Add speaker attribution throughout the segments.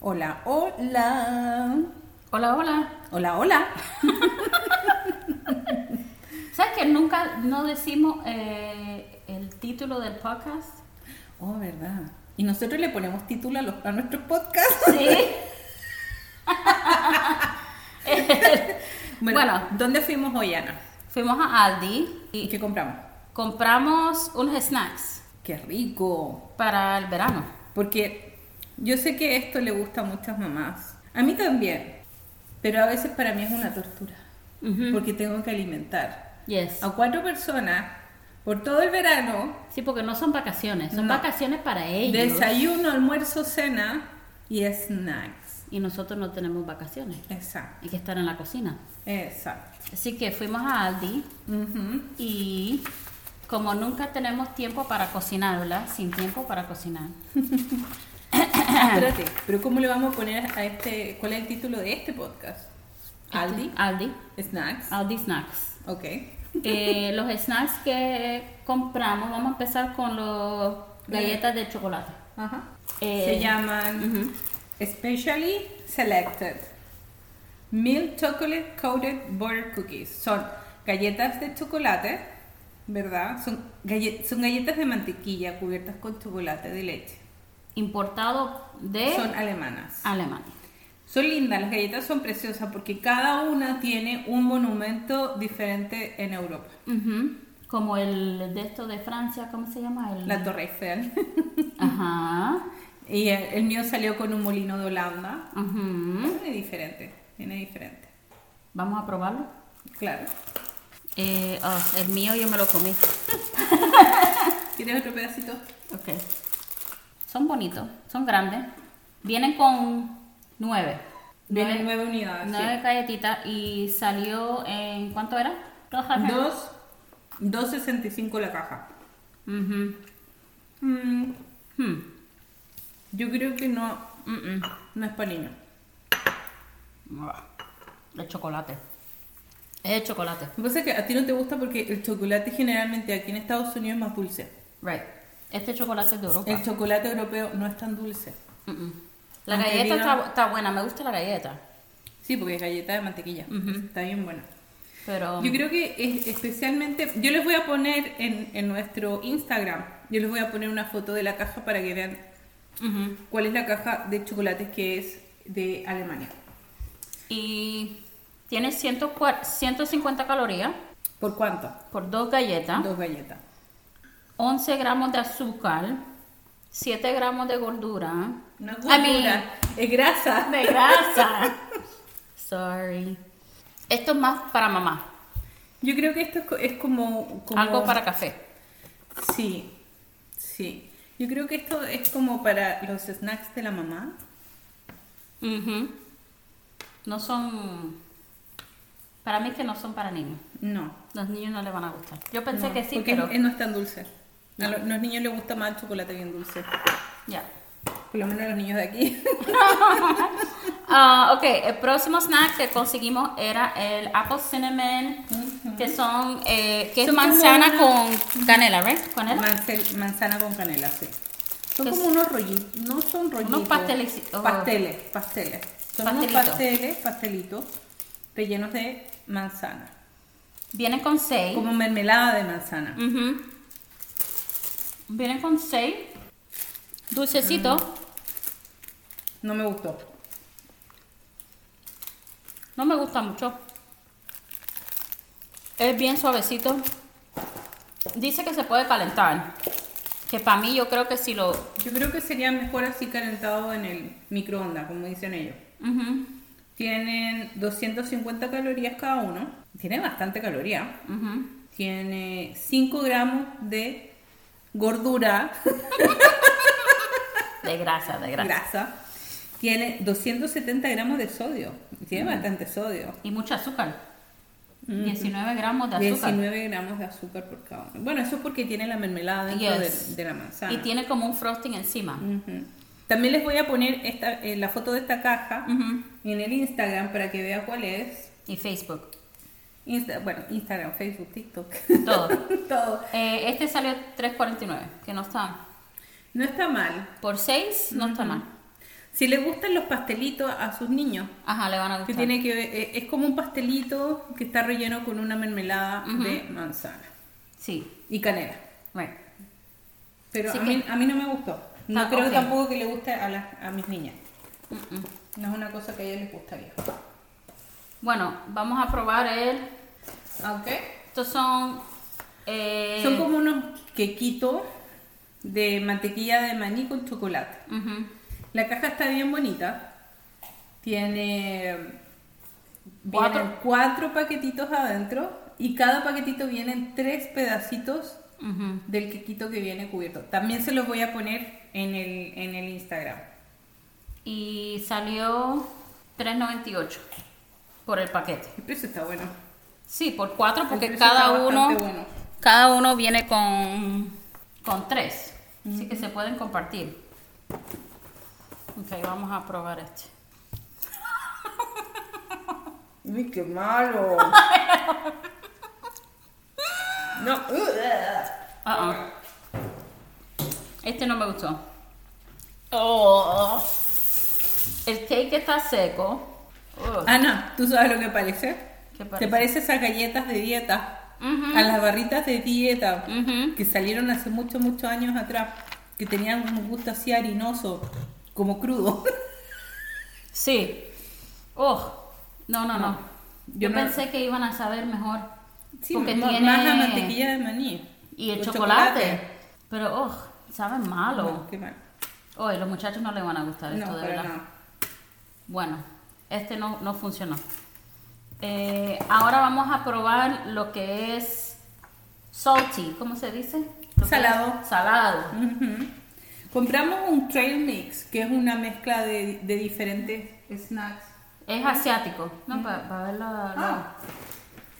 Speaker 1: Hola, hola.
Speaker 2: Hola, hola.
Speaker 1: Hola, hola.
Speaker 2: ¿Sabes que nunca no decimos eh, el título del podcast?
Speaker 1: Oh, verdad. Y nosotros le ponemos título a, los, a nuestros podcasts.
Speaker 2: Sí.
Speaker 1: Bueno,
Speaker 2: Bueno.
Speaker 1: ¿dónde fuimos hoy, Ana?
Speaker 2: Fuimos a Aldi
Speaker 1: ¿Y
Speaker 2: y
Speaker 1: qué compramos?
Speaker 2: compramos unos snacks
Speaker 1: ¡Qué rico!
Speaker 2: para el verano.
Speaker 1: Porque yo sé que esto le gusta a muchas mamás. A mí también. Pero a veces para mí es una tortura.
Speaker 2: Mm.
Speaker 1: Porque tengo que alimentar
Speaker 2: Yes.
Speaker 1: a cuatro personas por todo el verano
Speaker 2: Sí, porque no son vacaciones, son
Speaker 1: No.
Speaker 2: vacaciones para ellos.
Speaker 1: Desayuno, almuerzo, cena y snacks.
Speaker 2: y nosotros no tenemos vacaciones.
Speaker 1: Exacto,
Speaker 2: Hay que estar en la cocina.
Speaker 1: exacto.
Speaker 2: Así que fuimos a Aldi
Speaker 1: Ujú.
Speaker 2: y como nunca tenemos tiempo para cocinar, ¿verdad? Sin tiempo para cocinar.
Speaker 1: Espérate, pero ¿cómo le vamos a poner a este? ¿Cuál es el título de este podcast?
Speaker 2: Este.
Speaker 1: Aldi,
Speaker 2: Aldi.
Speaker 1: snacks.
Speaker 2: Aldi Snacks.
Speaker 1: Ok.
Speaker 2: Eh, los snacks que compramos, vamos a empezar con los galletas de chocolate.
Speaker 1: Ajá.
Speaker 2: Eh,
Speaker 1: Se llaman
Speaker 2: Ujú.
Speaker 1: Specially Selected Milk Chocolate Coated Butter Cookies. Son galletas de chocolate, ¿verdad? Son, galle- son galletas de mantequilla cubiertas con chocolate de leche.
Speaker 2: Importado de
Speaker 1: Son alemanas.
Speaker 2: Alemania.
Speaker 1: Son lindas, las galletas son preciosas porque cada una tiene un monumento diferente en Europa.
Speaker 2: Ujú. Como el de esto de Francia, ¿cómo se llama? El...
Speaker 1: La Torre Eiffel.
Speaker 2: Ajá.
Speaker 1: y el, el mío salió con un molino de Holanda.
Speaker 2: Ujú.
Speaker 1: Tiene diferente, tiene diferente.
Speaker 2: Vamos a probarlo.
Speaker 1: Claro.
Speaker 2: Eh, ah, el mío yo me lo comí.
Speaker 1: ¿Quieres otro pedacito?
Speaker 2: Ok. Son bonitos, son grandes. Vienen con nueve.
Speaker 1: Vienen nueve unidades.
Speaker 2: Nueve galletitas y salió en ¿cuánto era? Dos.
Speaker 1: sí.
Speaker 2: ajá.
Speaker 1: Dos, 2.65 la caja.
Speaker 2: Ujú.
Speaker 1: Mm,
Speaker 2: Hmm.
Speaker 1: yo creo que no,
Speaker 2: Mm,
Speaker 1: no es para niños.
Speaker 2: mm. Buah. El chocolate. Es el chocolate.
Speaker 1: Lo que pasa es que a ti no te gusta porque el chocolate generalmente aquí en Estados Unidos es más dulce.
Speaker 2: Right. Este chocolate es de Europa.
Speaker 1: El chocolate europeo no es tan dulce.
Speaker 2: Mm, mm. La
Speaker 1: Aunque
Speaker 2: galleta
Speaker 1: diga-
Speaker 2: está, está buena, me gusta la galleta.
Speaker 1: Sí, porque es galleta de mantequilla. Está bien buena.
Speaker 2: Pero.
Speaker 1: Yo creo que es especialmente. Yo les voy a poner en, en nuestro Instagram. Yo les voy a poner una foto de la caja para que vean
Speaker 2: Ujú.
Speaker 1: cuál es la caja de chocolates que es de Alemania.
Speaker 2: Y tiene 104 150 calorías
Speaker 1: ¿Por cuánto?
Speaker 2: por dos galletas.
Speaker 1: Dos galletas.
Speaker 2: 11 gramos de azúcar, 7 gramos de gordura,
Speaker 1: No es
Speaker 2: I mean-
Speaker 1: gordura, es grasa.
Speaker 2: de grasa. Sorry. Esto es más para mamá,
Speaker 1: Yo creo que esto es, co- es como, como-
Speaker 2: algo para café.
Speaker 1: Sí, sí. Yo creo que esto es como para los snacks de la mamá.
Speaker 2: Ujú. No son, para mí es que no son para niños.
Speaker 1: No,
Speaker 2: Los niños no les van a gustar. Yo pensé
Speaker 1: no,
Speaker 2: que sí,
Speaker 1: porque
Speaker 2: pero
Speaker 1: es- no es tan dulce. A lo- los niños les gusta más el chocolate bien dulce.
Speaker 2: ya.
Speaker 1: Por lo menos los niños de aquí.
Speaker 2: Ah, ok, el próximo snack que conseguimos era el apple cinnamon, que son, eh, que es
Speaker 1: Son como
Speaker 2: manzana
Speaker 1: una-
Speaker 2: con canela, ¿right? Canela.
Speaker 1: Mancel- manzana con canela, sí. Son
Speaker 2: Es-
Speaker 1: como unos rollitos, no son rollitos.
Speaker 2: Pues, pasteles- oh.
Speaker 1: Pasteles, pasteles. Son
Speaker 2: Pastelito.
Speaker 1: unos pasteles, pastelitos, rellenos de manzana.
Speaker 2: Vienen con 6.
Speaker 1: Como mermelada de manzana.
Speaker 2: Ujú. Vienen con seis dulcecitos.
Speaker 1: Mm. No me gustó.
Speaker 2: No me gusta mucho. Es bien suavecito. Dice que se puede calentar. Que para mí yo creo que si lo...
Speaker 1: Yo creo que sería mejor así calentado en el microondas, como dicen ellos.
Speaker 2: Ujú,
Speaker 1: Tienen 250 calorías cada uno. Tiene bastante caloría.
Speaker 2: ujú.
Speaker 1: Tiene 5 gramos de gordura,
Speaker 2: De grasa, de grasa.
Speaker 1: grasa. Tiene 270 gramos de sodio. Tiene
Speaker 2: Mm.
Speaker 1: bastante sodio.
Speaker 2: Y mucho azúcar. 19 gramos de Mm. azúcar.
Speaker 1: 19 gramos de azúcar por cada uno. Bueno, eso es porque tiene la mermelada dentro
Speaker 2: Yes.
Speaker 1: de, de la manzana.
Speaker 2: Y tiene como un frosting encima.
Speaker 1: Ujú. También les voy a poner esta, eh, la foto de esta caja
Speaker 2: Ujú.
Speaker 1: en el Instagram para que vean cuál es.
Speaker 2: Y Facebook.
Speaker 1: Insta- bueno, Instagram, Facebook, TikTok.
Speaker 2: Todo.
Speaker 1: Todo.
Speaker 2: Eh, este salió 3.49, que no está...
Speaker 1: No está mal.
Speaker 2: Por 6 no está mal.
Speaker 1: Si le gustan los pastelitos a sus niños,
Speaker 2: Ajá, le van a
Speaker 1: que
Speaker 2: gustar.
Speaker 1: tiene que eh, es como un pastelito que está relleno con una mermelada
Speaker 2: Ujú.
Speaker 1: de manzana
Speaker 2: Sí,
Speaker 1: y canela.
Speaker 2: bueno.
Speaker 1: Pero
Speaker 2: Así
Speaker 1: a,
Speaker 2: que-
Speaker 1: mí, a mí no me gustó. No
Speaker 2: Ah,
Speaker 1: creo
Speaker 2: ok.
Speaker 1: tampoco que le guste a, las- a mis niñas.
Speaker 2: Mm, mm.
Speaker 1: No es una cosa que a ellas les gustaría.
Speaker 2: Bueno, vamos a probar el... Ah,
Speaker 1: Ok.
Speaker 2: Estos son... eh,
Speaker 1: Son como unos quequitos de mantequilla de maní con chocolate.
Speaker 2: ujú.
Speaker 1: La caja está bien bonita. Tiene
Speaker 2: Cuatro.
Speaker 1: vienen cuatro paquetitos adentro y cada paquetito vienen tres pedacitos
Speaker 2: Ujú.
Speaker 1: del quequito que viene cubierto. También se los voy a poner en el, en el Instagram.
Speaker 2: Y salió 3.98 por el paquete.
Speaker 1: El precio está bueno.
Speaker 2: Sí, por cuatro, porque
Speaker 1: precio está
Speaker 2: cada uno,
Speaker 1: bastante bueno.
Speaker 2: cada uno viene con, con tres. Así que se pueden compartir. Ok, vamos a probar este.
Speaker 1: Uy, qué malo. no. uh,
Speaker 2: Ah, ah. Este no me gustó. Oh. El cake está seco. Ugh,
Speaker 1: Ana, ¿tú sabes lo que parece? Ah,
Speaker 2: ¿Qué
Speaker 1: ¿Te
Speaker 2: parece?
Speaker 1: parece esas galletas de dieta?
Speaker 2: Ujú,
Speaker 1: A las barritas de dieta.
Speaker 2: ujú.
Speaker 1: que salieron hace muchos, muchos años atrás, que tenían un gusto así harinoso, como crudo.
Speaker 2: Sí. Oh. No, no, no.
Speaker 1: Yo
Speaker 2: Yo,
Speaker 1: no-
Speaker 2: pensé que iban a saber mejor.
Speaker 1: Sí,
Speaker 2: porque
Speaker 1: ma-
Speaker 2: tiene...
Speaker 1: más la mantequilla de maní.
Speaker 2: Y el
Speaker 1: Con
Speaker 2: chocolate. Pero, oh, saben malo.
Speaker 1: No, qué mal.
Speaker 2: Oh, y los muchachos no le van a gustar esto,
Speaker 1: No,
Speaker 2: de
Speaker 1: para
Speaker 2: verdad.
Speaker 1: nada.
Speaker 2: Bueno, este no, no funcionó. Eh, ahora vamos a probar lo que es salty. ¿Cómo se dice? Lo que
Speaker 1: Salado.
Speaker 2: es Salado.
Speaker 1: Ujú. Compramos un trail mix, que es una mezcla de, de diferentes snacks.
Speaker 2: Es asiático.
Speaker 1: Mm.
Speaker 2: No, para ver la-
Speaker 1: Ah.
Speaker 2: la-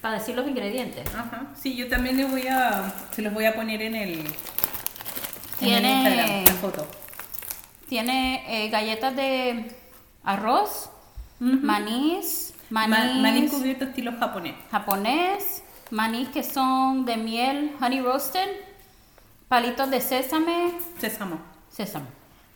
Speaker 2: pa decir los ingredientes.
Speaker 1: Ajá. Sí, yo también les voy a, se los voy a poner en el, en el
Speaker 2: Tiene-
Speaker 1: Instagram, la foto.
Speaker 2: Tiene eh, galletas de arroz,
Speaker 1: Ujú.
Speaker 2: manís,
Speaker 1: Ma-
Speaker 2: maní,
Speaker 1: Maní, cubierto estilo japonés.
Speaker 2: japonés, manís que son de miel, honey roasted, palitos de sésame,
Speaker 1: Sésamo.
Speaker 2: sésamo,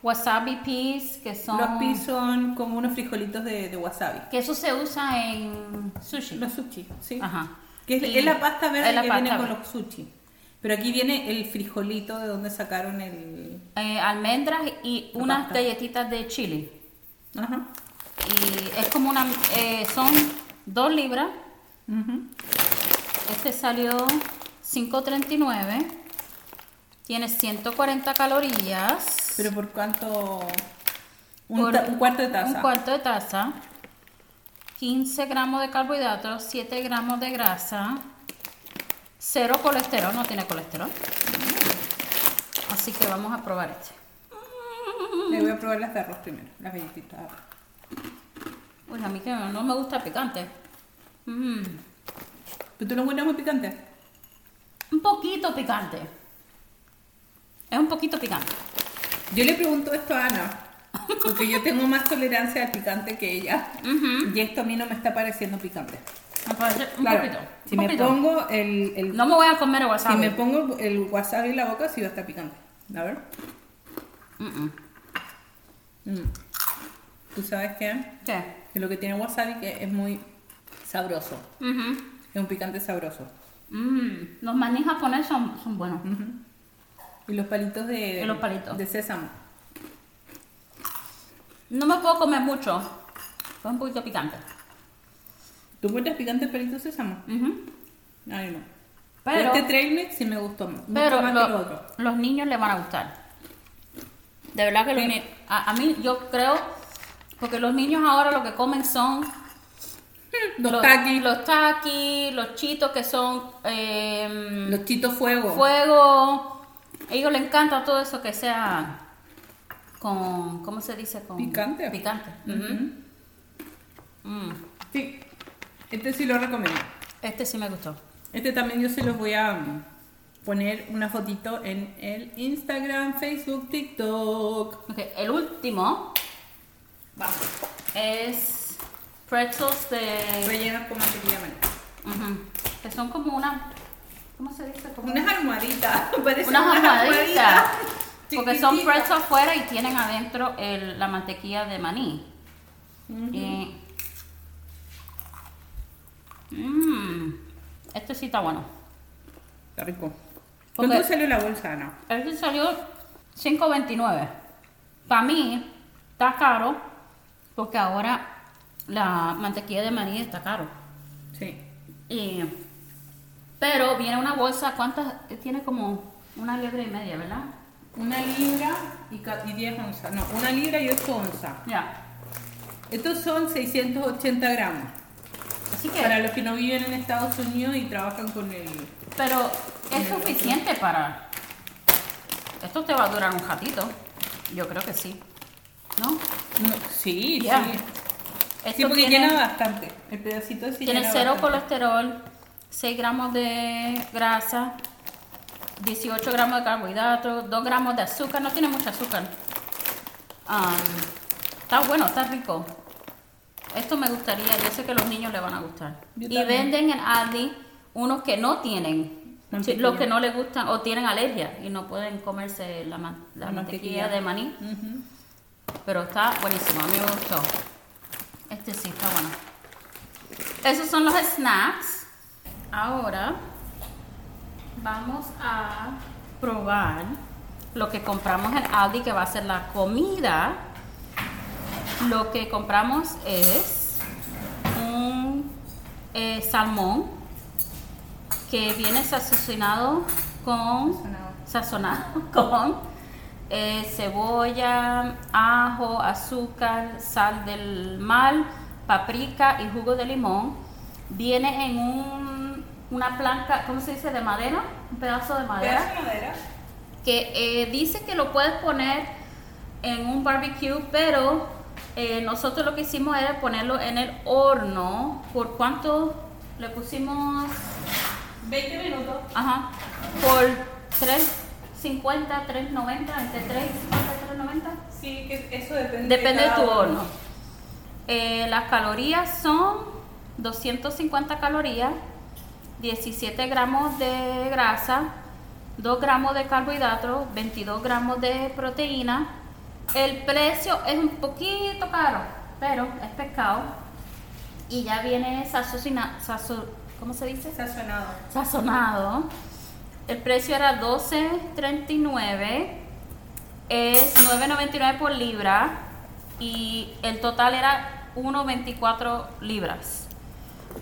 Speaker 2: wasabi peas que son
Speaker 1: Los pis son como unos frijolitos de, de wasabi.
Speaker 2: que eso se usa en sushi.
Speaker 1: Los sushi, sí.
Speaker 2: Ajá.
Speaker 1: Que es,
Speaker 2: Y-
Speaker 1: es la pasta verde
Speaker 2: es la
Speaker 1: que
Speaker 2: pasta
Speaker 1: viene con
Speaker 2: verde.
Speaker 1: los sushi. Pero aquí viene el frijolito de donde sacaron el.
Speaker 2: Eh, almendras y
Speaker 1: La
Speaker 2: unas
Speaker 1: pasta.
Speaker 2: galletitas de chili.
Speaker 1: Ajá.
Speaker 2: Y es como una eh, son dos libras.
Speaker 1: Ujú.
Speaker 2: Este salió 5.39. Tiene 140 calorías.
Speaker 1: Pero por cuánto. Un,
Speaker 2: Por-
Speaker 1: ta- un cuarto de taza.
Speaker 2: Un cuarto de taza. 15 gramos de carbohidratos, 7 gramos de grasa. Cero colesterol, no tiene colesterol. Así que vamos a probar este.
Speaker 1: Le voy a probar las de arroz primero, las galletitas. de arroz.
Speaker 2: Uy, a mí que no me gusta picante. Mm,
Speaker 1: ¿Pero tú lo encuentras muy picante?
Speaker 2: un poquito picante. Es un poquito picante.
Speaker 1: Yo le pregunto esto a Ana. Porque yo tengo más tolerancia al picante que ella. Y esto a mí no me está pareciendo picante.
Speaker 2: Mm-hmm. Me parece un
Speaker 1: Claro,
Speaker 2: poquito. un
Speaker 1: si me
Speaker 2: poquito.
Speaker 1: pongo el, el
Speaker 2: No me voy a comer el
Speaker 1: Si
Speaker 2: wasabi.
Speaker 1: me pongo el wasabi en la boca, sí va a estar picante. A ver. Mm. ¿Tú sabes qué?
Speaker 2: ¿Qué?
Speaker 1: Que lo que tiene wasabi que es muy sabroso.
Speaker 2: Ujú.
Speaker 1: Es un picante sabroso.
Speaker 2: Mm, los maní japoneses son, son buenos.
Speaker 1: Y los palitos de,
Speaker 2: Y los palitos.
Speaker 1: de sésamo.
Speaker 2: No me puedo comer mucho. Fue un poquito picante.
Speaker 1: ¿Tú encuentras picante el palito de sésamo?
Speaker 2: Ujú.
Speaker 1: Ay, no.
Speaker 2: Pero-
Speaker 1: este trail mix sí me gustó. mucho
Speaker 2: Pero
Speaker 1: más
Speaker 2: lo-
Speaker 1: que lo otro.
Speaker 2: los niños le van a gustar. De verdad que los
Speaker 1: Sí.
Speaker 2: ni- a, a mí yo creo, porque los niños ahora lo que comen son
Speaker 1: Los taquis, los,
Speaker 2: los takis, los chitos que son em,
Speaker 1: chitos fuego.
Speaker 2: fuego. A ellos les encanta todo eso que sea con, ¿cómo se dice? Con,
Speaker 1: Picante.
Speaker 2: Picante.
Speaker 1: Ujú.
Speaker 2: Mm,
Speaker 1: Sí. Este sí lo recomiendo.
Speaker 2: Este sí me gustó.
Speaker 1: Este también yo se los voy a mm, poner una fotito en el Instagram, Facebook, TikTok.
Speaker 2: Ok, el último
Speaker 1: Vamos.
Speaker 2: es pretzels de...
Speaker 1: Rellenas con mantequilla de maní.
Speaker 2: Ujú, que son como una... ¿Cómo se dice? Como
Speaker 1: Unas almohaditas. Parecen
Speaker 2: unas almohaditas. Porque son
Speaker 1: Chiquitita.
Speaker 2: pretzels afuera y tienen adentro el- la mantequilla de maní. Eh, Y- Mm, este sí está bueno.
Speaker 1: Está rico.
Speaker 2: Porque-
Speaker 1: ¿Cuánto salió la bolsa, Ana?
Speaker 2: Este salió 5.29. Para mí está caro porque ahora la mantequilla de maní está caro.
Speaker 1: Sí.
Speaker 2: Y- pero viene una bolsa, ¿cuántas? Tiene como una libra y media, ¿verdad?
Speaker 1: Una libra y, ca- y 10 onzas. No, una libra y 8 onzas.
Speaker 2: Ya.
Speaker 1: Estos son 680 gramos.
Speaker 2: Así que...
Speaker 1: Para los que no viven en Estados Unidos y trabajan con el...
Speaker 2: Pero es suficiente para. Esto te va a durar un ratito. Yo creo que sí. ¿No?
Speaker 1: No, sí,
Speaker 2: Ya.
Speaker 1: sí.
Speaker 2: Esto
Speaker 1: Sí, porque
Speaker 2: tiene,
Speaker 1: llena bastante. El pedacito sí
Speaker 2: tiene
Speaker 1: llena
Speaker 2: cero
Speaker 1: bastante.
Speaker 2: colesterol, 6 gramos de grasa, 18 gramos de carbohidratos, 2 gramos de azúcar. No tiene mucho azúcar. Ah, está bueno, está rico. Esto me gustaría, yo sé que a los niños le van a gustar.
Speaker 1: Yo
Speaker 2: y
Speaker 1: también.
Speaker 2: venden en Aldi unos que no tienen,
Speaker 1: Mantequilla.
Speaker 2: los que no les gustan o tienen alergia y no pueden comerse la, man- la
Speaker 1: La mantequilla.
Speaker 2: mantequilla, de maní,
Speaker 1: Ujú.
Speaker 2: pero está buenísimo, a mí me gustó. Este sí, está bueno. Esos son los snacks. Ahora vamos a probar lo que compramos en Aldi, que va a ser la comida. Lo que compramos es un eh, salmón que viene sazonado con sazonado con eh, cebolla, ajo, azúcar, sal del mar, paprika y jugo de limón. Viene en un- una planca, ¿cómo se dice? De madera, un pedazo de madera
Speaker 1: Pedazo de madera.
Speaker 2: que eh, dice que lo puedes poner en un barbecue, pero eh, nosotros lo que hicimos era ponerlo en el horno. ¿Por cuánto le pusimos?
Speaker 1: 20 minutos.
Speaker 2: Ajá, por 3.50, 3.90, entre 3 3.90.
Speaker 1: Sí, que eso depende
Speaker 2: Depende de tu
Speaker 1: cada
Speaker 2: horno. Eh, las calorías son 250 calorías, 17 gramos de grasa, 2 gramos de carbohidratos, 22 gramos de proteína. El precio es un poquito caro, pero es pescado. Y ya viene sazocina- sazo- ¿cómo se dice?
Speaker 1: Sazonado.
Speaker 2: sazonado. El precio era 12.39. Es 9.99 por libra y el total era 1.24 libras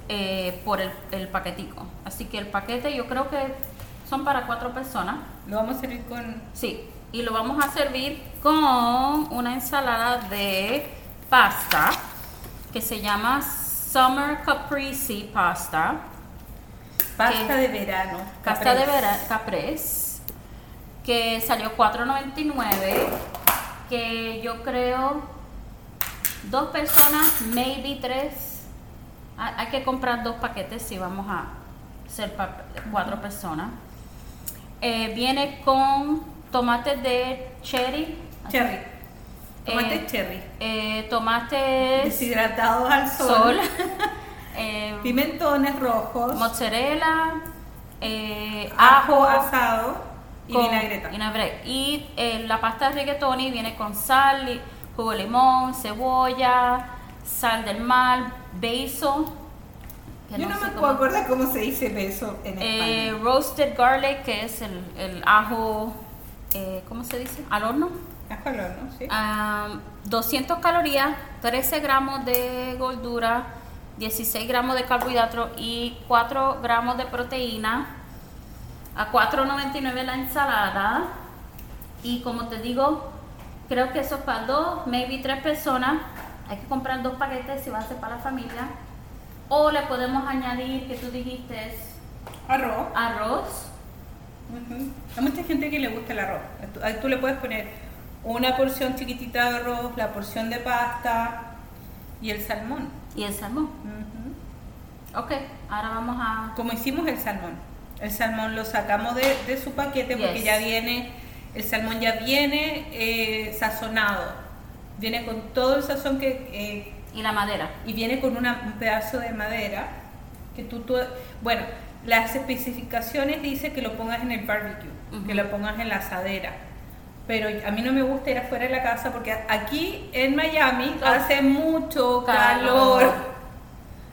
Speaker 2: eh, por el, el paquetico. Así que el paquete yo creo que son para cuatro personas.
Speaker 1: Lo vamos a servir con
Speaker 2: Sí, y lo vamos a servir con una ensalada de pasta que se llama Summer Caprese Pasta.
Speaker 1: pasta
Speaker 2: ¿Qué?
Speaker 1: de verano.
Speaker 2: Pasta de vera- Caprese, que salió 4.99, que yo creo dos personas, maybe tres. Ha- Hay que comprar dos paquetes si vamos a ser pa- cuatro personas. Eh, viene con tomate de cherry.
Speaker 1: Cherry. Tomate
Speaker 2: Eh,
Speaker 1: cherry.
Speaker 2: eh, tomates
Speaker 1: Deshidratados al sol.
Speaker 2: sol. eh,
Speaker 1: Pimentones rojos.
Speaker 2: mozzarella. eh,
Speaker 1: ajo
Speaker 2: ajo
Speaker 1: asado. Y
Speaker 2: con
Speaker 1: vinagreta.
Speaker 2: vinagre. Y eh, la pasta de rigatoni viene con sal, li- jugo de limón, cebolla, sal del mar, basil. que
Speaker 1: Yo
Speaker 2: no
Speaker 1: no
Speaker 2: sé
Speaker 1: me
Speaker 2: cómo-
Speaker 1: puedo acordar cómo se dice beso en
Speaker 2: Eh,
Speaker 1: español.
Speaker 2: roasted garlic, que es el, el ajo, eh, ¿cómo se dice? Al horno.
Speaker 1: Ajo al horno, sí.
Speaker 2: Am, 200 Ah, calorías, 13 gramos de gordura, 16 gramos de carbohidratos y 4 gramos de proteína. A 4.99 la ensalada. Y como te digo, creo que eso es para dos, maybe tres personas. Hay que comprar dos paquetes si va a ser para la familia. O le podemos añadir, que tú dijiste, ah.
Speaker 1: Arroz.
Speaker 2: arroz.
Speaker 1: Ujú. Hay mucha gente que le gusta el arroz. Tú, ahí tú le puedes poner una porción chiquitita de arroz, la porción de pasta y el salmón.
Speaker 2: y el salmón.
Speaker 1: Ujú.
Speaker 2: Ok, ahora vamos a...
Speaker 1: Como hicimos el salmón. El salmón lo sacamos de, de su paquete porque
Speaker 2: Yes.
Speaker 1: ya viene, el salmón ya viene eh, sazonado. Viene con todo el sazón que... eh,
Speaker 2: Y la madera.
Speaker 1: y viene con una- un pedazo de madera que tú, tú- bueno las especificaciones dice que lo pongas en el barbecue
Speaker 2: Ujú.
Speaker 1: que lo pongas en la asadera Pero a mí no me gusta ir afuera de la casa porque aquí en Miami hace mucho calor.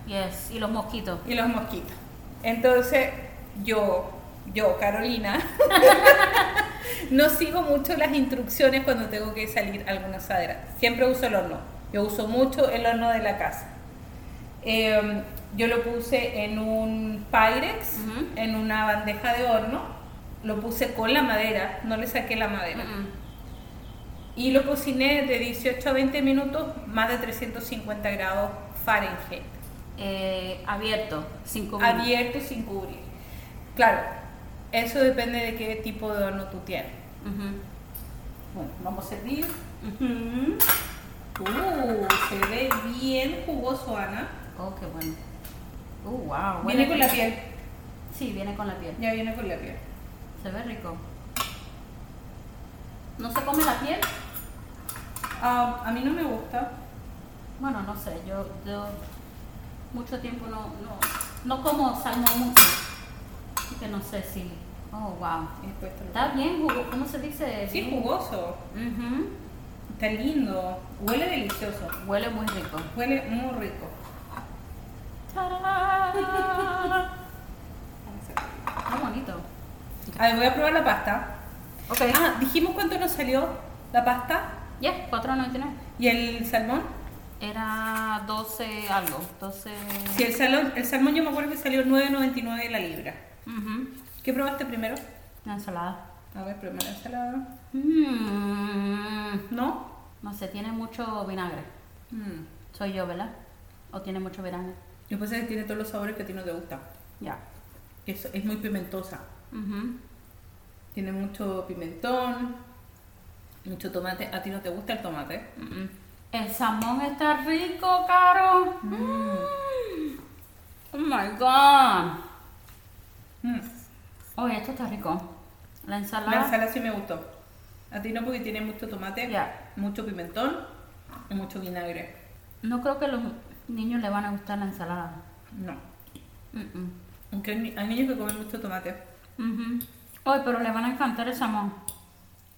Speaker 2: Yes, y los mosquitos.
Speaker 1: y los mosquitos. Entonces, yo, yo, Carolina, no sigo mucho las instrucciones cuando tengo que salir a alguna asadera. Siempre uso el horno. Yo uso mucho el horno de la casa. Eh, yo lo puse en un Pyrex,
Speaker 2: Ujú.
Speaker 1: en una bandeja de horno. Lo puse con la madera, no le saqué la madera.
Speaker 2: Mm-mm.
Speaker 1: Y lo cociné de 18 a 20 minutos, más de 350 grados Fahrenheit.
Speaker 2: Eh, abierto, sin cubrir.
Speaker 1: abierto y sin cubrir. Claro, eso depende de qué tipo de horno tú tienes.
Speaker 2: Ujú.
Speaker 1: Bueno, vamos a servir. Uh, se ve bien jugoso, Ana.
Speaker 2: Oh, qué bueno. Uh, wow.
Speaker 1: Viene
Speaker 2: huele
Speaker 1: con la
Speaker 2: rico.
Speaker 1: piel.
Speaker 2: Sí, viene con la piel.
Speaker 1: Ya viene con la piel.
Speaker 2: Se ve rico. ¿No se come la piel?
Speaker 1: Ah, a mí no me gusta.
Speaker 2: Bueno, no sé, yo, yo mucho tiempo no, no, no como salmón mucho. Así que no sé si. Oh, wow.
Speaker 1: Y después te lo-
Speaker 2: Está bien, jugo- ¿cómo se dice?
Speaker 1: Sí, jugoso.
Speaker 2: Ujú.
Speaker 1: Está lindo. Huele delicioso.
Speaker 2: Huele muy rico.
Speaker 1: Huele muy rico.
Speaker 2: ¡Tarán! Está bonito.
Speaker 1: A ver, voy a probar la pasta.
Speaker 2: Ok.
Speaker 1: Ah, dijimos cuánto nos salió la pasta
Speaker 2: Ya, 4.99.
Speaker 1: y el salmón.
Speaker 2: Era 12 algo. 12.
Speaker 1: Si el salmón, el salmón yo me acuerdo que salió 9.99 la libra.
Speaker 2: Ujú.
Speaker 1: ¿Qué probaste primero?
Speaker 2: Una ensalada.
Speaker 1: A ver, primero ensalada.
Speaker 2: Mm,
Speaker 1: ¿No?
Speaker 2: No sé, tiene mucho vinagre.
Speaker 1: Mm.
Speaker 2: Soy yo, ¿verdad? ¿O tiene mucho vinagre?
Speaker 1: Yo pensé que tiene todos los sabores que a ti no te gustan.
Speaker 2: Ya.
Speaker 1: Es, es muy pimentosa.
Speaker 2: Ujú.
Speaker 1: Tiene mucho pimentón, mucho tomate. ¿A ti no te gusta el tomate?
Speaker 2: Mm-mm. El salmón está rico, caro. Oh my god.
Speaker 1: Mm.
Speaker 2: Oye, esto está rico. La ensalada.
Speaker 1: La ensalada sí me gustó. A ti no porque tiene mucho tomate,
Speaker 2: Ya.
Speaker 1: mucho pimentón y mucho vinagre.
Speaker 2: No creo que los niños le van a gustar la ensalada.
Speaker 1: No.
Speaker 2: Mm-mm.
Speaker 1: Aunque hay, ni- hay niños que comen mucho tomate.
Speaker 2: Ujú. Oye, pero le van a encantar el salmón.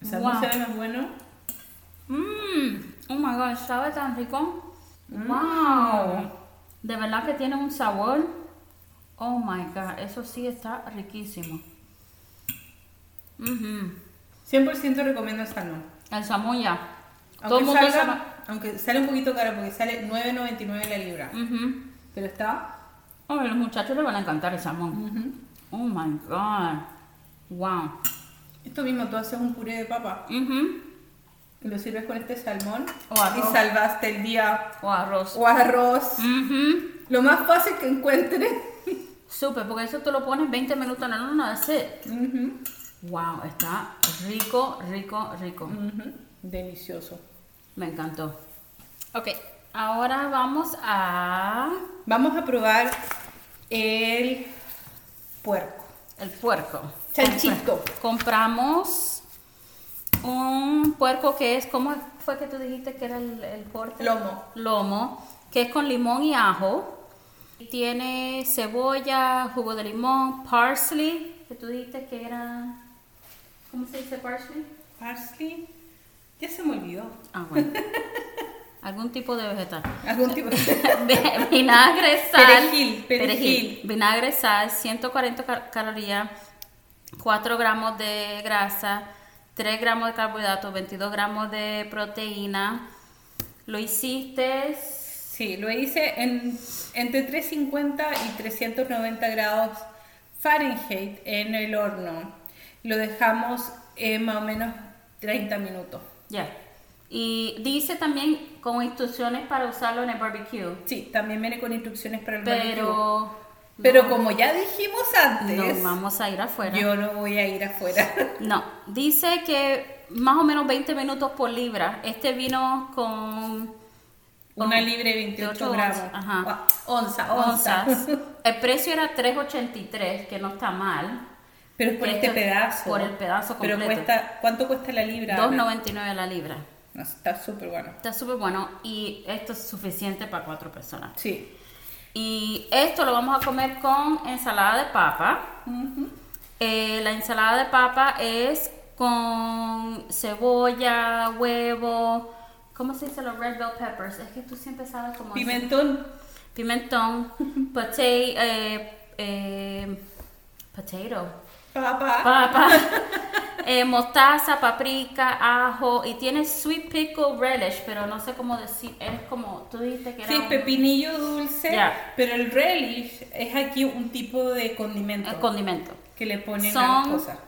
Speaker 1: El salmón
Speaker 2: Wow.
Speaker 1: se ve más bueno.
Speaker 2: Mm, oh my god, sabe tan rico.
Speaker 1: Mm.
Speaker 2: Wow. De verdad que tiene un sabor. Oh my god, eso sí está riquísimo. Ujú.
Speaker 1: 100% recomiendo el salmón.
Speaker 2: El salmón ya. Todo el
Speaker 1: Aunque,
Speaker 2: mundo
Speaker 1: salga-
Speaker 2: sabe.
Speaker 1: aunque sale un poquito caro porque sale 9.99 la libra.
Speaker 2: Ujú.
Speaker 1: Pero está.
Speaker 2: Oh, a los muchachos les van a encantar el salmón.
Speaker 1: ujú.
Speaker 2: Oh my god. Wow.
Speaker 1: Esto mismo, tú haces un puré de papa
Speaker 2: Ujú.
Speaker 1: y lo sirves con este salmón
Speaker 2: O arroz.
Speaker 1: y salvaste el día.
Speaker 2: O arroz.
Speaker 1: O arroz.
Speaker 2: Ujú.
Speaker 1: Lo más fácil que encuentres.
Speaker 2: Súper, porque eso tú lo pones 20 minutos en la luna, that's it.
Speaker 1: Ujú,
Speaker 2: Wow, está rico, rico, rico.
Speaker 1: ujú. Delicioso.
Speaker 2: Me encantó. Ok, ahora vamos a
Speaker 1: Vamos a probar el puerco.
Speaker 2: el puerco.
Speaker 1: Chanchito.
Speaker 2: Compra- Compramos un puerco que es, ¿cómo fue que tú dijiste que era el, el corte?
Speaker 1: Lomo.
Speaker 2: Lomo, que es con limón y ajo. Tiene cebolla, jugo de limón, parsley, que tú dijiste que era, ¿cómo se dice parsley?
Speaker 1: Parsley. Ya se me olvidó.
Speaker 2: Ah, bueno. Algún tipo de vegetal.
Speaker 1: Algún tipo de...
Speaker 2: Ve- vinagre, sal.
Speaker 1: Perejil, perejil.
Speaker 2: Vinagre, sal, 140 cal- calorías, 4 gramos de grasa, 3 gramos de carbohidratos, 22 gramos de proteína. Lo hiciste.
Speaker 1: Sí, lo hice en, entre 350 y 390 grados Fahrenheit en el horno. Lo dejamos en más o menos 30 minutos.
Speaker 2: Ya. Y dice también con instrucciones para usarlo en el barbecue.
Speaker 1: Sí, también viene con instrucciones para el barbecue.
Speaker 2: Pero.
Speaker 1: Pero como ya dijimos antes,
Speaker 2: No, vamos a ir afuera.
Speaker 1: yo no voy a ir afuera.
Speaker 2: No, dice que más o menos 20 minutos por libra. Este vino con
Speaker 1: Una libre 28
Speaker 2: 28
Speaker 1: gramos.
Speaker 2: onzas, ajá.
Speaker 1: Ah, Onza, onza.
Speaker 2: onzas. El precio era 3.83, que no está mal.
Speaker 1: Pero es por
Speaker 2: Esto
Speaker 1: este
Speaker 2: es
Speaker 1: pedazo.
Speaker 2: por el pedazo
Speaker 1: Pero
Speaker 2: completo.
Speaker 1: cuesta, ¿cuánto cuesta la libra? Ana?
Speaker 2: 2.99 la libra.
Speaker 1: No, está súper bueno.
Speaker 2: Está súper bueno y esto es suficiente para cuatro personas.
Speaker 1: Sí.
Speaker 2: Y esto lo vamos a comer con ensalada de papa.
Speaker 1: Ujú.
Speaker 2: Eh, la ensalada de papa es con cebolla, huevo, ¿cómo se dice los red bell peppers? Es que tú siempre sabes cómo hacer.
Speaker 1: Pimentón.
Speaker 2: pimentón, potato, eh, eh, potato,
Speaker 1: Papá.
Speaker 2: papa, eh, mostaza, paprika, ajo y tiene sweet pickle relish, pero no sé cómo decir, es como tú dijiste que era
Speaker 1: Sí,
Speaker 2: un-
Speaker 1: pepinillo dulce.
Speaker 2: Ya.
Speaker 1: Pero el relish es aquí un tipo de condimento.
Speaker 2: eh, condimento.
Speaker 1: que le ponen a las
Speaker 2: Son-
Speaker 1: cosas.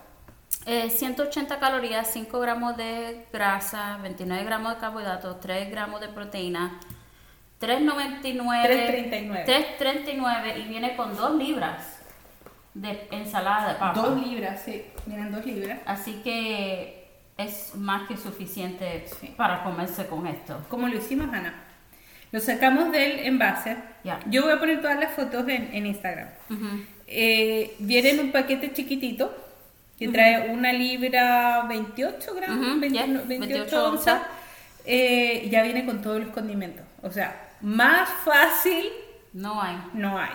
Speaker 2: Eh, 180 calorías, 5 gramos de grasa, 29 gramos de carbohidratos, 3 gramos de proteína,
Speaker 1: 3.39.
Speaker 2: 3.99, 3.39 y viene con 2 libras de ensalada de papa.
Speaker 1: Dos libras, sí. Miren, dos libras.
Speaker 2: Así que es más que suficiente
Speaker 1: Sí.
Speaker 2: para comerse con esto.
Speaker 1: Como lo hicimos, Ana. Lo sacamos del envase.
Speaker 2: Ya.
Speaker 1: Yo voy a poner todas las fotos en, en Instagram.
Speaker 2: Ujú.
Speaker 1: Eh, viene en un paquete chiquitito que trae una libra 28 gramos,
Speaker 2: Ujú,
Speaker 1: 20
Speaker 2: ya,
Speaker 1: 28,
Speaker 2: 28
Speaker 1: onzas.
Speaker 2: onzas.
Speaker 1: Eh, ya viene con todos los condimentos. O sea, más fácil
Speaker 2: No hay.
Speaker 1: no hay.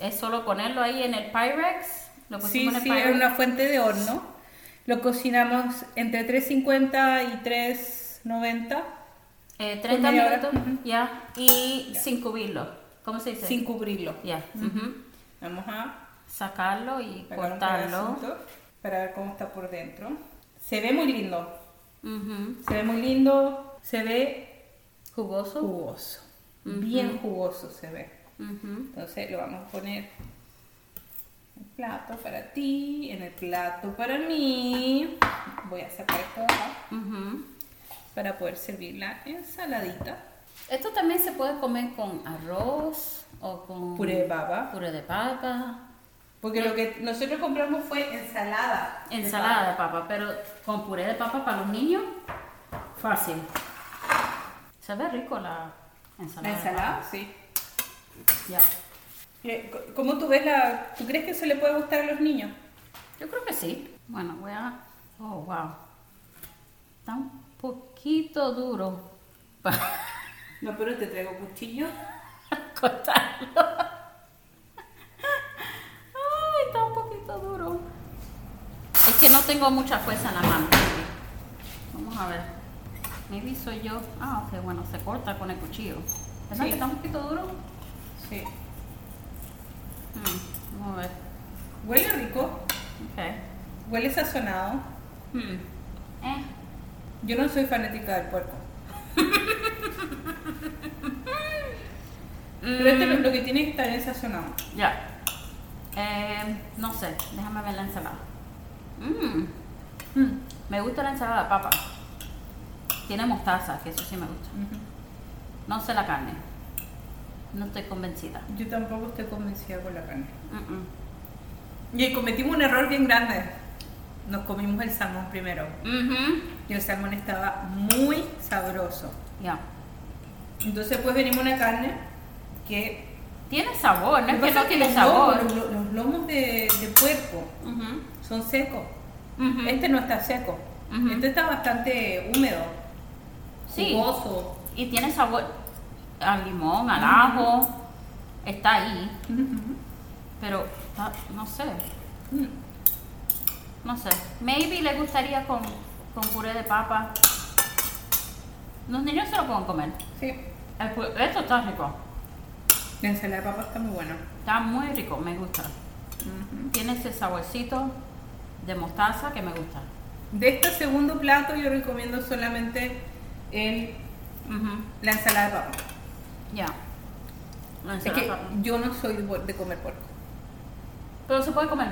Speaker 2: Es solo ponerlo ahí en el Pyrex. Lo
Speaker 1: Sí,
Speaker 2: pusimos en el
Speaker 1: sí,
Speaker 2: Pyrex.
Speaker 1: en una fuente de horno. Lo cocinamos entre 3.50 y 3.90
Speaker 2: Eh,
Speaker 1: Por
Speaker 2: 30
Speaker 1: media hora.
Speaker 2: minutos,
Speaker 1: Ujú.
Speaker 2: ya. Y sin cubrirlo. ¿Cómo se dice?
Speaker 1: sin cubrirlo.
Speaker 2: Ya. ujú.
Speaker 1: Vamos a
Speaker 2: Sacarlo y
Speaker 1: pegar un
Speaker 2: cortarlo.
Speaker 1: pedacito para ver cómo está por dentro. Se ve muy lindo.
Speaker 2: Ujú.
Speaker 1: Se ve muy lindo. Se ve
Speaker 2: Jugoso.
Speaker 1: jugoso. Bien jugoso se ve.
Speaker 2: Ujú.
Speaker 1: Entonces lo vamos a poner en el plato para ti, en el plato para mí. Voy a sacar esto de acá
Speaker 2: Ujú.
Speaker 1: para poder servir la ensaladita.
Speaker 2: Esto también se puede comer con arroz o con
Speaker 1: Puré de papa.
Speaker 2: puré de papa.
Speaker 1: Porque lo que nosotros compramos fue ensalada. de
Speaker 2: Ensalada de papa, pero con puré de papa para los niños, fácil. Se ve rico la
Speaker 1: papa.
Speaker 2: ensalada.
Speaker 1: La
Speaker 2: de
Speaker 1: ensalada, sí.
Speaker 2: papa. Ya.
Speaker 1: Eh, c- ¿Cómo tú ves la.? ¿Tú crees que eso le puede gustar a los niños?
Speaker 2: Yo creo que sí. Bueno, voy a. Oh, wow. Está un poquito duro para
Speaker 1: No, pero te traigo cuchillo.
Speaker 2: cortarlo. Ay, está un poquito duro. Es que no tengo mucha fuerza en la mano. Vamos a ver. Maybe soy yo. Ah, ok, bueno, se corta con el cuchillo. ¿Verdad
Speaker 1: Sí.
Speaker 2: que está un poquito duro?
Speaker 1: Sí.
Speaker 2: Mm, vamos a ver.
Speaker 1: Huele rico,
Speaker 2: Ok.
Speaker 1: huele sazonado.
Speaker 2: Mm. Eh.
Speaker 1: Yo no soy fanática del puerco.
Speaker 2: Mm.
Speaker 1: Pero este lo, lo que tiene que estar es sazonado.
Speaker 2: Ya. Eh, no sé, déjame ver la ensalada. Mm. Mm, Me gusta la ensalada de papa. Tiene mostaza, que eso sí me gusta. No sé la carne. No estoy convencida.
Speaker 1: Yo tampoco estoy convencida con la carne.
Speaker 2: Mm, mm.
Speaker 1: Y cometimos un error bien grande. Nos comimos el salmón primero.
Speaker 2: Ujú.
Speaker 1: Y el salmón estaba muy sabroso.
Speaker 2: Mm-hmm. Ya.
Speaker 1: Entonces, pues venimos una carne que.
Speaker 2: Tiene sabor, no es que
Speaker 1: pasa
Speaker 2: no tiene
Speaker 1: los
Speaker 2: sabor.
Speaker 1: lomos- los, los lomos de, de puerco
Speaker 2: Ujú.
Speaker 1: son secos.
Speaker 2: Ujú.
Speaker 1: Este no está seco.
Speaker 2: Ujú.
Speaker 1: Este está bastante húmedo,
Speaker 2: Sí.
Speaker 1: jugoso.
Speaker 2: Y tiene sabor al limón, al ajo. Está ahí, pero está- no sé.
Speaker 1: Mm.
Speaker 2: No sé. Maybe le gustaría con, con puré de papa. Los niños se lo pueden comer.
Speaker 1: Sí.
Speaker 2: El pu- esto está rico.
Speaker 1: La ensalada de papa está muy buena.
Speaker 2: Está muy rico, me gusta. Tiene ese saborcito de mostaza que me gusta.
Speaker 1: De este segundo plato yo recomiendo solamente el,
Speaker 2: Ujú,
Speaker 1: la ensalada de papa.
Speaker 2: Ya. La
Speaker 1: Es
Speaker 2: ensalada
Speaker 1: que
Speaker 2: papa.
Speaker 1: yo no soy de de comer puerco.
Speaker 2: Pero se puede comer.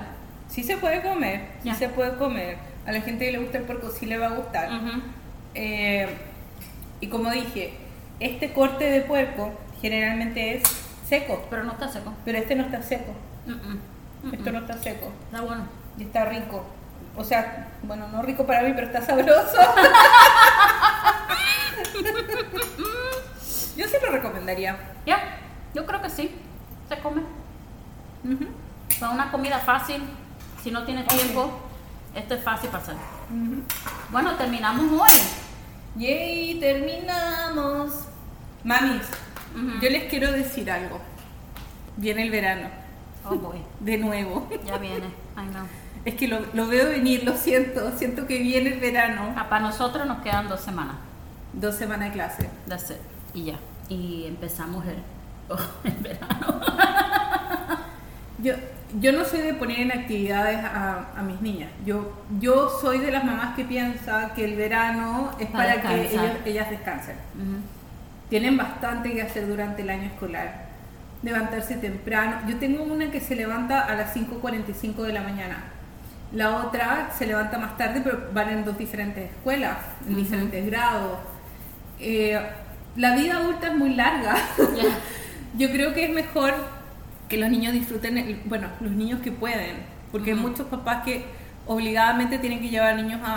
Speaker 1: Sí se puede comer, sí
Speaker 2: Ya.
Speaker 1: se puede comer. A la gente que le gusta el puerco sí le va a gustar.
Speaker 2: Ujú,
Speaker 1: Eh, y como dije, este corte de puerco generalmente es seco,
Speaker 2: Pero no está seco.
Speaker 1: pero este no está seco.
Speaker 2: Mm, mm, mm,
Speaker 1: Esto
Speaker 2: mm.
Speaker 1: no está seco.
Speaker 2: Está bueno.
Speaker 1: Y está rico. O sea, bueno, no rico para mí, pero está sabroso. Yo sí lo recomendaría.
Speaker 2: Ya. Yo creo que sí. Se come.
Speaker 1: Ujú.
Speaker 2: Para una comida fácil. Si no tienes tiempo, esto es fácil para hacer.
Speaker 1: Ujú.
Speaker 2: Bueno, terminamos hoy.
Speaker 1: Yay, terminamos. Mamis,
Speaker 2: Ujú.
Speaker 1: yo les quiero decir algo. Viene el verano,
Speaker 2: Oh boy,
Speaker 1: de nuevo.
Speaker 2: ya viene. Ay no.
Speaker 1: Es que lo, lo veo venir, lo siento. Siento que viene el verano.
Speaker 2: Ah, para nosotros nos quedan dos semanas.
Speaker 1: Dos semanas de clase.
Speaker 2: That's it. Y ya. Y empezamos el, Oh. el verano.
Speaker 1: Yo, yo no soy de poner en actividades a, a mis niñas. Yo, yo soy de las mamás que piensa que el verano es
Speaker 2: Para
Speaker 1: para, que
Speaker 2: descansar.
Speaker 1: ellas, ellas descansen.
Speaker 2: Ujú.
Speaker 1: Tienen bastante que hacer durante el año escolar. Levantarse temprano. Yo tengo una que se levanta a las 5.45 de la mañana. La otra se levanta más tarde, pero van en dos diferentes escuelas, en
Speaker 2: Ujú.
Speaker 1: diferentes grados. Eh, la vida adulta es muy larga.
Speaker 2: Ya.
Speaker 1: Yo creo que es mejor que los niños disfruten, el- bueno, los niños que pueden, porque hay muchos papás que obligadamente tienen que llevar niños a,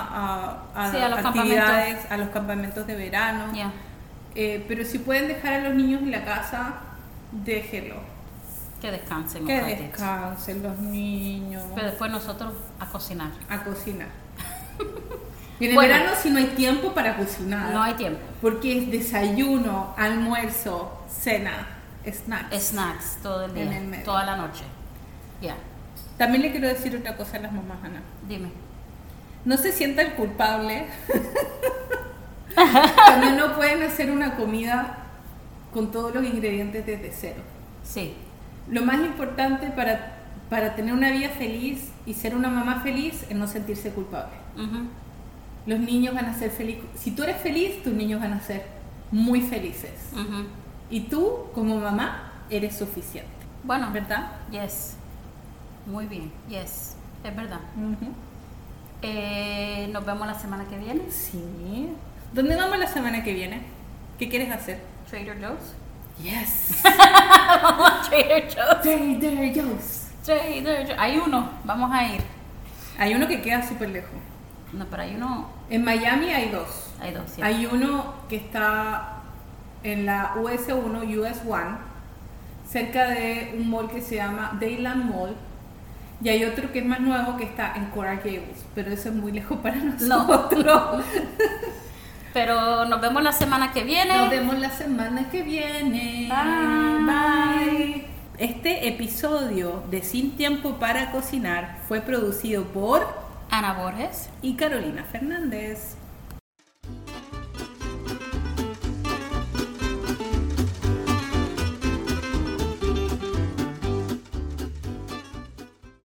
Speaker 1: a- a
Speaker 2: Sí, a los
Speaker 1: actividades, a los campamentos de verano.
Speaker 2: Ya.
Speaker 1: Eh, pero si pueden dejar a los niños en la casa, déjelo.
Speaker 2: Que descansen.
Speaker 1: Que
Speaker 2: un ratito.
Speaker 1: descansen los niños
Speaker 2: Pero después nosotros a cocinar.
Speaker 1: a cocinar. Y en el
Speaker 2: Bueno.
Speaker 1: verano si no hay tiempo para cocinar.
Speaker 2: No hay tiempo.
Speaker 1: Porque es desayuno, almuerzo, cena, snack.
Speaker 2: Snacks todo el
Speaker 1: En
Speaker 2: día.
Speaker 1: el medio.
Speaker 2: toda la noche. Ya.
Speaker 1: También le quiero decir otra cosa a las mamás, Ana.
Speaker 2: Dime.
Speaker 1: No se sientan culpables cuando no pueden hacer una comida con todos los ingredientes desde cero.
Speaker 2: Sí.
Speaker 1: Lo más importante para, para tener una vida feliz y ser una mamá feliz es no sentirse culpable.
Speaker 2: Ujú.
Speaker 1: Los niños van a ser felices. Si tú eres feliz, tus niños van a ser muy felices.
Speaker 2: Ujú.
Speaker 1: Y tú, como mamá, eres suficiente.
Speaker 2: Bueno.
Speaker 1: ¿Verdad?
Speaker 2: Yes. Muy bien. Yes. Es verdad. Eh, nos vemos la semana que viene.
Speaker 1: Sí. ¿Dónde vamos la semana que viene? ¿Qué quieres hacer?
Speaker 2: Trader Joe's.
Speaker 1: Yes.
Speaker 2: Trader Joe's.
Speaker 1: There, there, Joe's.
Speaker 2: Trader Joe's. Hay uno. Vamos a ir.
Speaker 1: Hay uno que queda súper lejos.
Speaker 2: No, pero hay uno.
Speaker 1: En Miami hay dos.
Speaker 2: Hay dos. ¿cierto?
Speaker 1: Hay uno que está en la US1, US1, cerca de un mall que se llama Dayland Mall. Y hay otro que es más nuevo que está en Coral Gables, pero eso es muy lejos para nosotros.
Speaker 2: Pero nos vemos la semana que viene.
Speaker 1: Nos vemos la semana que viene.
Speaker 2: Bye.
Speaker 1: Bye. Este episodio de Sin Tiempo para Cocinar fue producido por
Speaker 2: Ana Borges.
Speaker 1: y Carolina Fernández.